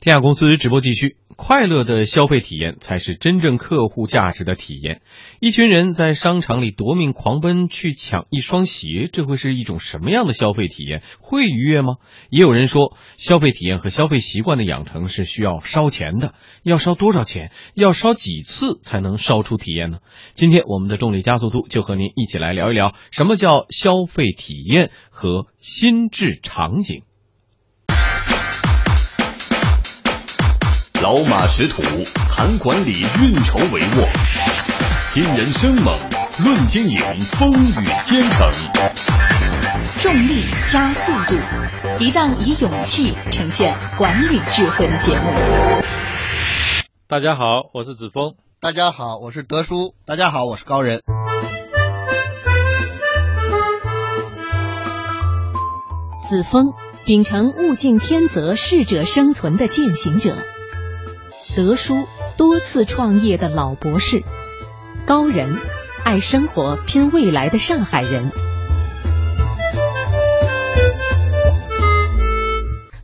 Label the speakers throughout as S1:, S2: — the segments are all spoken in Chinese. S1: 天下公司直播继续。快乐的消费体验才是真正客户价值的体验。一群人在商场里夺命狂奔去抢一双鞋，这会是一种什么样的消费体验？会愉悦吗？也有人说，消费体验和消费习惯的养成是需要烧钱的，要烧多少钱？要烧几次才能烧出体验呢？今天我们的重力加速度就和您一起来聊一聊，什么叫消费体验和心智场景。
S2: 老马识途，谈管理，运筹帷幄；新人生猛，论经营，风雨兼程。
S3: 重力加速度，一档以勇气呈现管理智慧的节目。
S4: 大家好，我是子峰。
S5: 大家好，我是德叔。大家好，我是高人。
S3: 子峰秉承物竞天择、适者生存的践行者。德叔多次创业的老博士，高人爱生活、拼未来的上海人。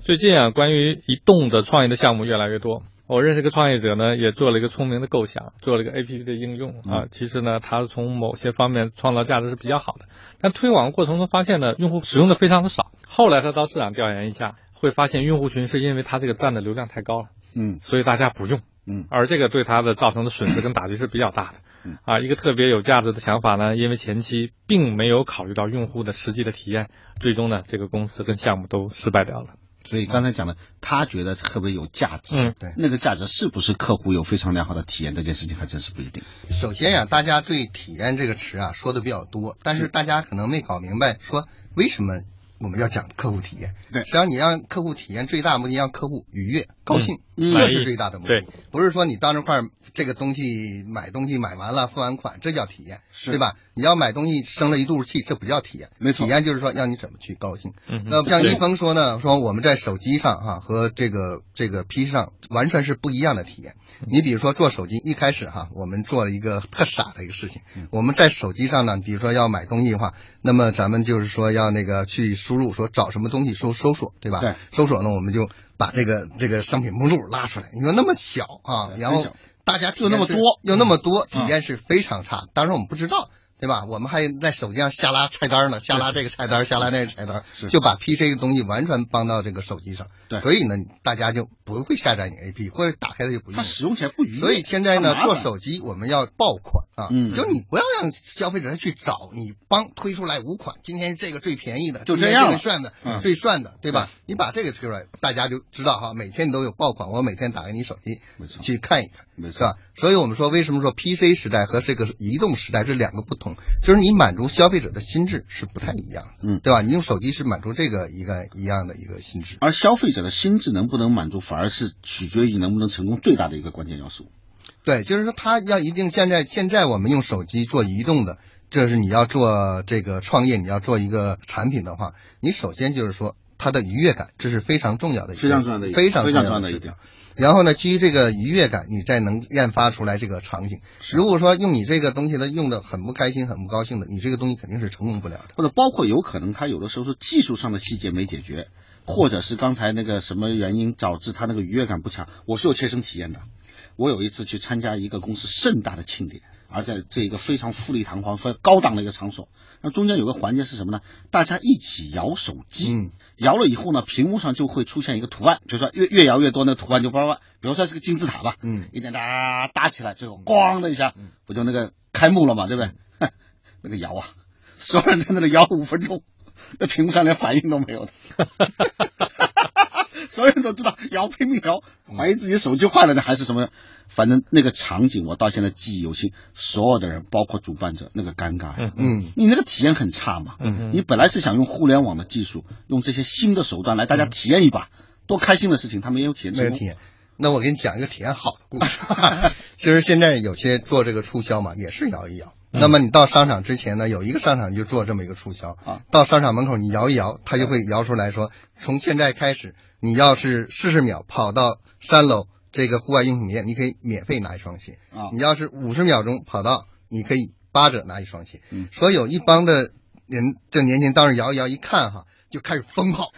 S4: 最近啊，关于移动的创业的项目越来越多。我认识一个创业者呢，也做了一个聪明的构想，做了一个 A P P 的应用
S5: 嗯
S4: 啊。其实呢，它从某些方面创造价值是比较好的，但推广过程中发现呢，用户使用的非常的少。后来他到市场调研一下，会发现用户群是因为他这个站的流量太高了。
S5: 嗯
S4: 所以大家不用。
S5: 嗯
S4: 而这个对他的造成的损失跟打击是比较大的。
S5: 嗯
S4: 啊，一个特别有价值的想法呢，因为前期并没有考虑到用户的实际的体验，最终呢，这个公司跟项目都失败掉了。
S5: 所以刚才讲的，他觉得特别有价值，
S4: 嗯
S5: 对，那个价值是不是客户有非常良好的体验，这件事情还真是不一定。
S6: 首先呀、大家对“体验”这个词啊说的比较多，但是大家可能没搞明白，说为什么我们要讲客户体验？
S5: 对
S6: 实际上你让客户体验最大目的让客户愉悦、高兴，
S5: 嗯
S6: 这是最大的目的。
S4: 对，
S6: 不是说你到那块儿这个东西买东西买完了付完款，这叫体验，
S5: 是
S6: 对吧？你要买东西生了一肚子气，这不叫体验。
S5: 没错
S6: 体验就是说让你怎么去高兴。
S4: 嗯哼
S6: 那像
S5: 对
S6: 一峰说呢，说我们在手机上哈、和这个这个 P 上完全是不一样的体验。你比如说做手机，一开始哈，我们做了一个特傻的一个事情，
S5: 嗯
S6: 我们在手机上呢，比如说要买东西的话，那么咱们就是说要那个去输入说找什么东西搜搜索，对吧？
S5: 对
S6: 搜索呢，我们就把这个这个商品目录拉出来。你说那么小啊，然后
S5: 小
S6: 大家体
S5: 就那
S6: 验
S5: 么
S6: 是
S5: 多
S6: 又那么多，体
S5: 嗯
S6: 验是非常差。当然我们不知道。对吧？我们还在手机上下拉菜单呢，下拉这个菜单，下拉那个菜单
S5: 是，
S6: 就把 P 这个东西完全搬到这个手机上。
S5: 对
S6: 所以呢，大家就不会下载你 APP，或者打开它就不用
S5: 他
S6: 了。
S5: 使用起来不愉悦，
S6: 所以现在呢
S5: 很麻，烦
S6: 做手机我们要爆款啊，
S5: 嗯
S6: 就你不要让消费者去找你帮推出来五款，今天这个最便宜的，
S5: 就
S6: 今天
S5: 这样
S6: 这
S5: 了
S6: 个炫的，
S5: 嗯
S6: 最炫的，对吧？你把这个推出来，大家就知道哈，每天你都有爆款，我每天打开你手机
S5: 没错
S6: 去看一看，
S5: 没
S6: 是
S5: 错
S6: 吧？所以我们说，为什么说 PC 时代和这个移动时代这两个不同，就是你满足消费者的心智是不太一样的，
S5: 嗯
S6: 对吧？你用手机是满足这个一个一样的一个心智。
S5: 而消费者的心智能不能满足，反而是取决于能不能成功最大的一个关键要素。
S6: 对，就是说他要一定现在现在我们用手机做移动的，这是你要做这个创业，你要做一个产品的话，你首先就是说它的愉悦感，这是非常重要的一个，
S5: 非常重要的一个
S6: 非常
S5: 非常重要的
S6: 的
S5: 一
S6: 指
S5: 个
S6: 标。然后呢，基于这个愉悦感，你再能研发出来这个场景。如果说用你这个东西呢，用的很不开心、很不高兴的，你这个东西肯定是成功不了的。
S5: 或者包括有可能他有的时候是技术上的细节没解决，或者是刚才那个什么原因导致他那个愉悦感不强。我是有切身体验的，我有一次去参加一个公司盛大的庆典，而在这一个非常富丽堂皇、非常高档的一个场所，那中间有个环节是什么呢？大家一起摇手机，
S6: 嗯
S5: 摇了以后呢，屏幕上就会出现一个图案，就说越越摇越多，那图案就叭叭叭，比如说是个金字塔吧，
S6: 嗯，
S5: 一点哒搭起来，最后咣的一下，不就那个开幕了嘛，对不对？ 哼那个摇啊， 所有人在那里摇五分钟，那屏幕上连反应都没有的，所有人都知道摇拼命摇，怀疑自己手机坏了呢还是什么？反正那个场景我到现在记忆犹新，所有的人包括主办者那个尴尬呀，
S6: 嗯，
S5: 你那个体验很差嘛，
S4: 嗯
S5: 你本来是想用互联网的技术，用这些新的手段来大家体验一把，多开心的事情，他们也有体验
S6: 嗯没
S5: 成
S6: 有
S5: 功
S6: 体。验。那我给你讲一个体验好的故事。 其实现在有些做这个促销嘛，也是摇一摇。
S5: 嗯
S6: 那么你到商场之前呢，有一个商场就做这么一个促销
S5: 啊。
S6: 到商场门口你摇一摇，它就会摇出来说，从现在开始，你要是四十秒跑到三楼这个户外用品店，你可以免费拿一双鞋。
S5: 啊
S6: 你要是五十秒钟跑到，你可以八折拿一双鞋。
S5: 嗯
S6: 所以有一帮的人，这年轻人当时摇一摇一看哈，就开始疯 跑，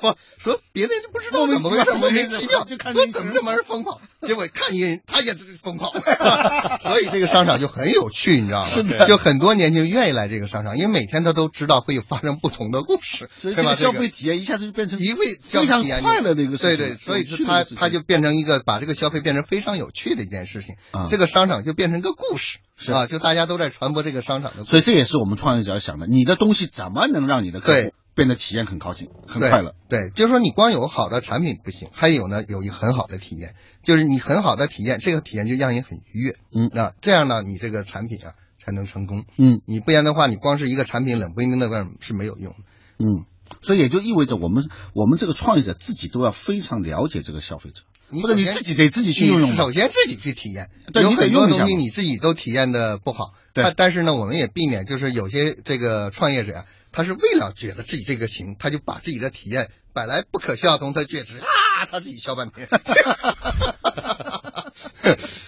S6: 说说别的就不知道怎么回事，莫名其妙，
S5: 就看
S6: 说
S5: 见
S6: 怎么这帮人疯跑，结果看一个人他也疯跑， 所以这个商场就很有趣，你知道吗？
S5: 是的
S6: 就很多年轻人愿意来这个商场，因为每天他都知道会有发生不同的故事，
S5: 所以这
S6: 对吧？
S5: 个
S6: 这
S5: 消
S6: 个
S5: 费体验一下子就变成
S6: 一会
S5: 非常快乐的一个事情，
S6: 对对，所以
S5: 有趣
S6: 是
S5: 的
S6: 它
S5: 事情
S6: 它就变成一个把这个消费变成非常有趣的一件事情
S5: 啊，
S6: 这个商场就变成个故事
S5: 是
S6: 啊，就大家都在传播这个商场的故
S5: 所
S6: 事，
S5: 以这也是我们创业者要想的，你的东西怎么能让你的客户
S6: 对
S5: 变得体验很高兴、很
S6: 对
S5: 快乐？。
S6: 对，就是说你光有好的产品不行，还有呢有一很好的体验，就是你很好的体验，这个体验就让人很愉悦，
S5: 嗯
S6: 啊，这样呢你这个产品啊才能成功，
S5: 嗯
S6: 你不然的话你光是一个产品冷不丁的是没有用的，
S5: 嗯，所以也就意味着我们我们这个创业者自己都要非常了解这个消费者，
S6: 你
S5: 或者
S6: 首
S5: 你
S6: 先
S5: 自己得自己去用用
S6: 你
S5: 吧
S6: 首先自己去体验，
S5: 对
S6: 有
S5: 你得
S6: 很多
S5: 用一下
S6: 东西
S5: 嘛
S6: 你自己都体验的不好。
S5: 对
S6: 但但是呢，我们也避免就是有些这个创业者呀、他是为了觉得自己这个行，他就把自己的体验本来不可效从他觉知啊，他自己笑半天。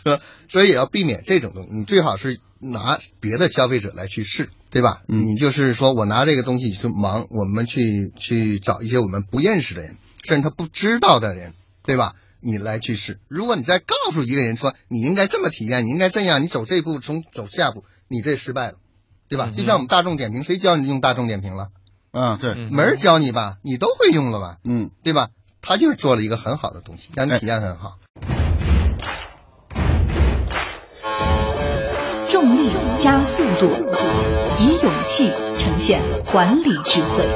S6: 呃，所以也要避免这种东西，你最好是拿别的消费者来去试，对吧？
S5: 嗯
S6: 你就是说我拿这个东西去忙，我们去去找一些我们不认识的人，甚至他不知道的人，对吧？你来去试。如果你再告诉一个人说你应该这么体验，你应该这样，你走这步，从走下步，你这失败了，对吧？
S4: 嗯
S6: 就像我们大众点评，谁教你用大众点评了？
S5: 啊，对，
S4: 嗯
S6: 没人教你吧？你都会用了吧？
S5: 嗯，
S6: 对吧？他就是做了一个很好的东西，
S5: 哎
S6: 让你体验很好。
S3: 重力加速度，以勇气呈现管理智慧。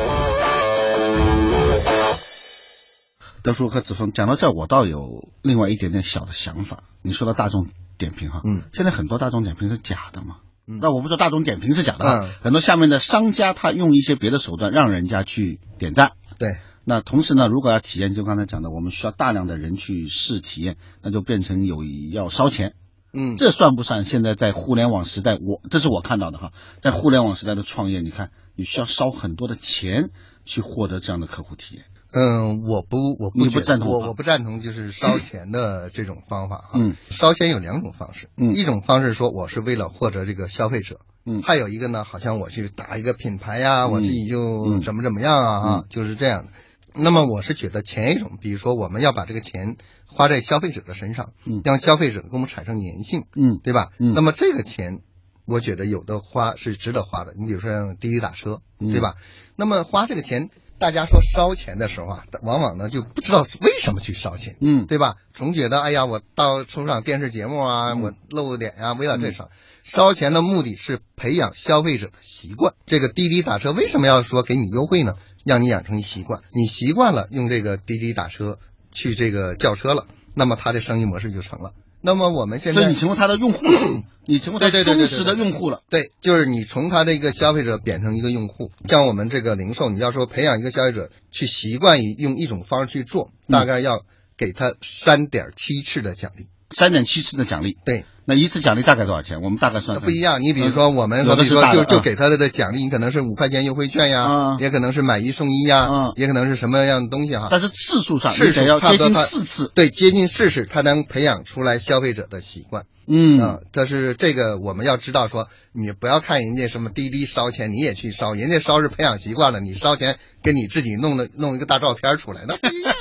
S5: 德叔和子峰讲到这儿，我倒有另外一点点小的想法。你说到大众点评哈，
S6: 嗯，
S5: 现在很多大众点评是假的嘛。
S6: 嗯
S5: 那我不知道大众点评是假的哈，
S6: 嗯
S5: 很多下面的商家他用一些别的手段让人家去点赞，
S6: 对，
S5: 那同时呢，如果要体验，就刚才讲的，我们需要大量的人去试体验，那就变成有要烧钱，
S6: 嗯，
S5: 这算不算现在在互联网时代？我这是我看到的哈，在互联网时代的创业，你看你需要烧很多的钱去获得这样的客户体验。
S6: 嗯，我不，我不
S5: 你
S6: 觉
S5: 不
S6: 得
S5: 赞同
S6: 我
S5: 吗
S6: 我不赞同就是烧钱的这种方法啊。
S5: 嗯，
S6: 烧钱有两种方式，
S5: 嗯
S6: 一种方式说我是为了获得这个消费者，
S5: 嗯
S6: 还有一个呢，好像我去打一个品牌呀、我
S5: 嗯
S6: 自己就
S5: 嗯
S6: 怎么怎么样啊，啊
S5: 嗯
S6: 就是这样的。那么我是觉得前一种，比如说我们要把这个钱花在消费者的身上，
S5: 嗯
S6: 让消费者跟我们产生粘性，
S5: 嗯
S6: 对吧？
S5: 嗯
S6: 那么这个钱，我觉得有的花是值得花的。你比如说像滴滴打车，
S5: 嗯
S6: 对吧？那么花这个钱，大家说烧钱的时候啊，往往呢就不知道为什么去烧钱，
S5: 嗯
S6: 对吧？总觉得哎呀，我到出场电视节目
S5: 嗯
S6: 啊，我露脸啊，为了这场。烧钱的目的是培养消费者的习惯。这个滴滴打车为什么要说给你优惠呢？让你养成一习惯，你习惯了用这个滴滴打车去这个叫车了，那么它的生意模式就成了。那么我们现
S5: 所以
S6: 在
S5: 你成为他的用户 了，你成为他
S6: 对对对对
S5: 忠
S6: 对
S5: 实的用户了。
S6: 对，就是你从他的一个消费者变成一个用户，像我们这个零售，你要说培养一个消费者去习惯于用一种方式去做，
S5: 嗯
S6: 大概要给他三点七次的奖励。
S5: 三点七次的奖励，
S6: 对，
S5: 那一次奖励大概多少钱？我们大概算算
S6: 那不一。样。你比如说，我们
S5: 嗯有
S6: 好
S5: 的
S6: 比
S5: 是
S6: 说
S5: 大的
S6: 就就
S5: 嗯
S6: 给他的奖励，你可能是五块钱优惠券呀
S5: 啊，
S6: 也可能是买一送一呀
S5: 啊，
S6: 也可能是什么样的东西哈。
S5: 但是次数上，
S6: 啊次
S5: 你
S6: 数
S5: 得要
S6: 差不
S5: 接
S6: 多
S5: 近
S6: 他啊
S5: 四次。
S6: 对，接近试试，他能培养出来消费者的习惯。啊
S5: 嗯，，
S6: 但是这个我们要知道说，你不要看人家什么滴滴烧钱，你也去烧，人家烧是培养习惯了，你烧钱给你自己弄的弄一个大照片 出来，那不一样，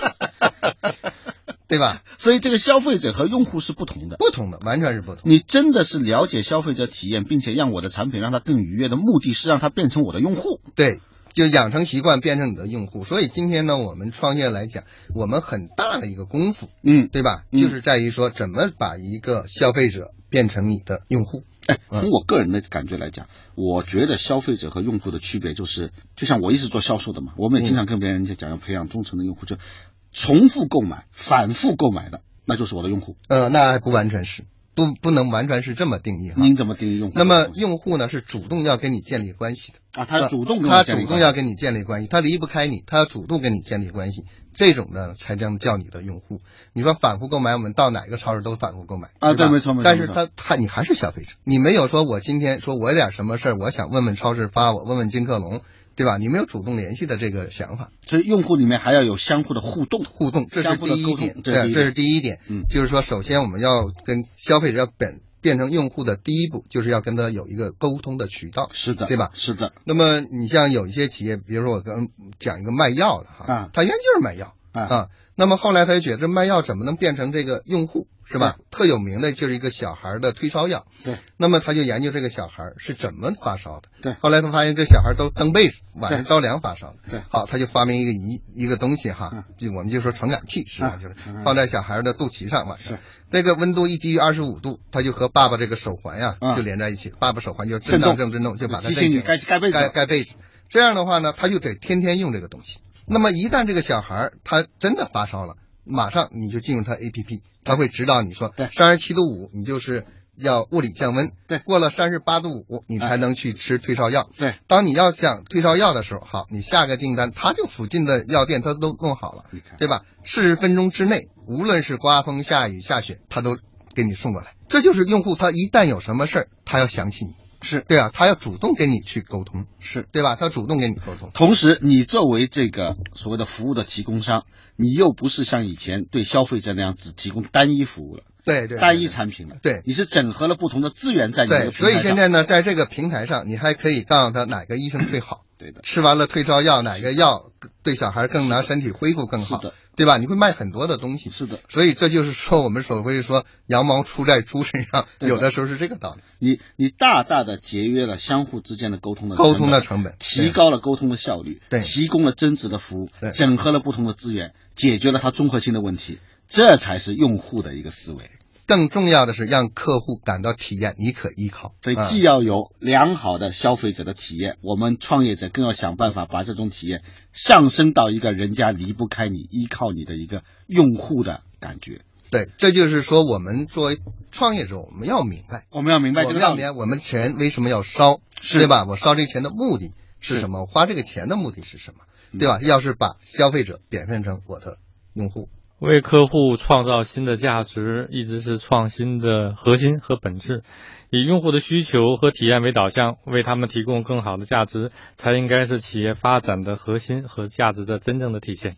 S6: 对吧？
S5: 所以这个消费者和用户是不同的。
S6: 不同的，完全是不同。
S5: 你真的是了解消费者体验，并且让我的产品让它更愉悦的目的是让它变成我的用户。
S6: 对，就养成习惯，变成你的用户。所以今天呢，我们创业来讲，我们很大的一个功夫，
S5: 嗯，
S6: 对吧？
S5: 嗯
S6: 就是在于说，怎么把一个消费者变成你的用户。
S5: 哎，
S6: 嗯
S5: 从我个人的感觉来讲，我觉得消费者和用户的区别就是，就像我一直做销售的嘛，我们也经常跟别人就讲要培养忠诚的用户，就重复购买、反复购买的，那就是我的用户。
S6: 呃，那还不完全是，不不能完全是这么定义哈。
S5: 您嗯怎么定义用户？
S6: 那么用户呢是主动要跟你建立关系的，
S5: 啊，他主动跟
S6: 他
S5: 我建
S6: 主
S5: 立
S6: 动
S5: 关系
S6: 要跟你建立关系，他离不开你，他主动跟你建立关系，这种呢才这样叫你的用户。你说反复购买，我们到哪个超市都反复购买
S5: 啊
S6: 对吧
S5: 对没错没错
S6: 但是
S5: 没错
S6: 他他你还是消费者，你没有说我今天说我有点什么事儿，我想问问超市发我，问问金客隆，对吧？你没有主动联系的这个想法。
S5: 所以用户里面还要有相互的互动。
S6: 互动，这是
S5: 相互
S6: 第
S5: 的
S6: 一
S5: 沟通
S6: 点，
S5: 这是第一
S6: 这是第一点。
S5: 嗯
S6: 就是说，首先我们要跟消费者要本变成用户的第一步，就是要跟他有一个沟通的渠道。
S5: 是的，
S6: 对吧
S5: 是的，
S6: 那么你像有一些企业，比如说我跟讲一个卖药的哈，
S5: 啊
S6: 他原来就是卖药
S5: 啊
S6: 那么后来他就觉得卖药怎么能变成这个用户是吧？特有名的就是一个小孩的退烧药，
S5: 对，
S6: 那么他就研究这个小孩是怎么发烧的，
S5: 对
S6: 后来他发现这小孩都蹬被子，晚上
S5: 对
S6: 着凉发烧的，
S5: 对
S6: 好，他就发明一个仪一个东西哈
S5: 嗯，
S6: 就我们就说传感器实际上就是
S5: 嗯
S6: 放在小孩的肚脐上嘛，
S5: 是
S6: 这个温度一低于二十五度，它就和爸爸这个手环呀、
S5: 啊
S6: 就连在一起，爸爸手环就
S5: 震
S6: 震
S5: 动
S6: 荡震不震动，就把它
S5: 提
S6: 震
S5: 醒你
S6: 醒
S5: 该盖被子
S6: 盖
S5: 了，
S6: 盖被子。这样的话呢，他就得天天用这个东西。那么一旦这个小孩儿他真的发烧了，马上你就进入他 APP，他会指导你说
S5: 对，
S6: 三十七度五你就是要物理降温，
S5: 对哎
S6: 过了三十八度五你才能去吃退烧药。
S5: 对，
S6: 当你要想退烧药的时候，好，你下个订单，他就附近的药店他都弄好了，
S5: 你看，
S6: 对吧？四十分钟之内，无论是刮风下雨下雪，他都给你送过来。这就是用户他一旦有什么事儿，他要想起你，
S5: 是
S6: 对啊，他要主动跟你去沟通。
S5: 是。
S6: 对吧？他主动跟你沟通。
S5: 同时，你作为这个所谓的服务的提供商，你又不是像以前对消费者那样只提供单一服务了、
S6: 对对，
S5: 单一产品了，
S6: 对
S5: 你是整合了不同的资源在你这个
S6: 对，
S5: 平
S6: 所以
S5: 台上。
S6: 现在呢，在这个平台上，你还可以告诉他哪个医生最好，
S5: 对的，
S6: 吃完了退烧药哪个药对小孩更能身体恢复更
S5: 是
S6: 好
S5: 的，，
S6: 对吧？你会卖很多的东西。
S5: 是的。
S6: 所以这就是说，我们所谓说羊毛出在猪身上，
S5: 对的
S6: 有的时候是这个道理，
S5: 你你大大的节约了相互之间的沟通的
S6: 沟通的
S5: 成
S6: 成本
S5: 本，提。高了沟通的效率，
S6: 对
S5: 提供了真挚的服务
S6: 对，
S5: 整合了不同的资源，解决了它综合性的问题，这才是用户的一个思维。
S6: 对更重要的是让客户感到体验你可依靠。
S5: 所以
S6: 啊
S5: 既要有良好的消费者的体验，我们创业者更要想办法把这种体验上升到一个人家离不开你、依靠你的一个用户的感觉。
S6: 对，这就是说我们作为创业者，我们要明白。
S5: 我们要明白这个
S6: 我们
S5: 道
S6: 要
S5: 理
S6: 明，白我们钱为什么要烧，
S5: 是
S6: 对吧？我烧这钱的目的是
S5: 是嗯
S6: 什么？我花这个钱的目的是什么？对吧？要是把消费者变现成我的用户，
S4: 为客户创造新的价值，一直是创新的核心和本质，以用户的需求和体验为导向，为他们提供更好的价值，才应该是企业发展的核心和价值的真正的体现。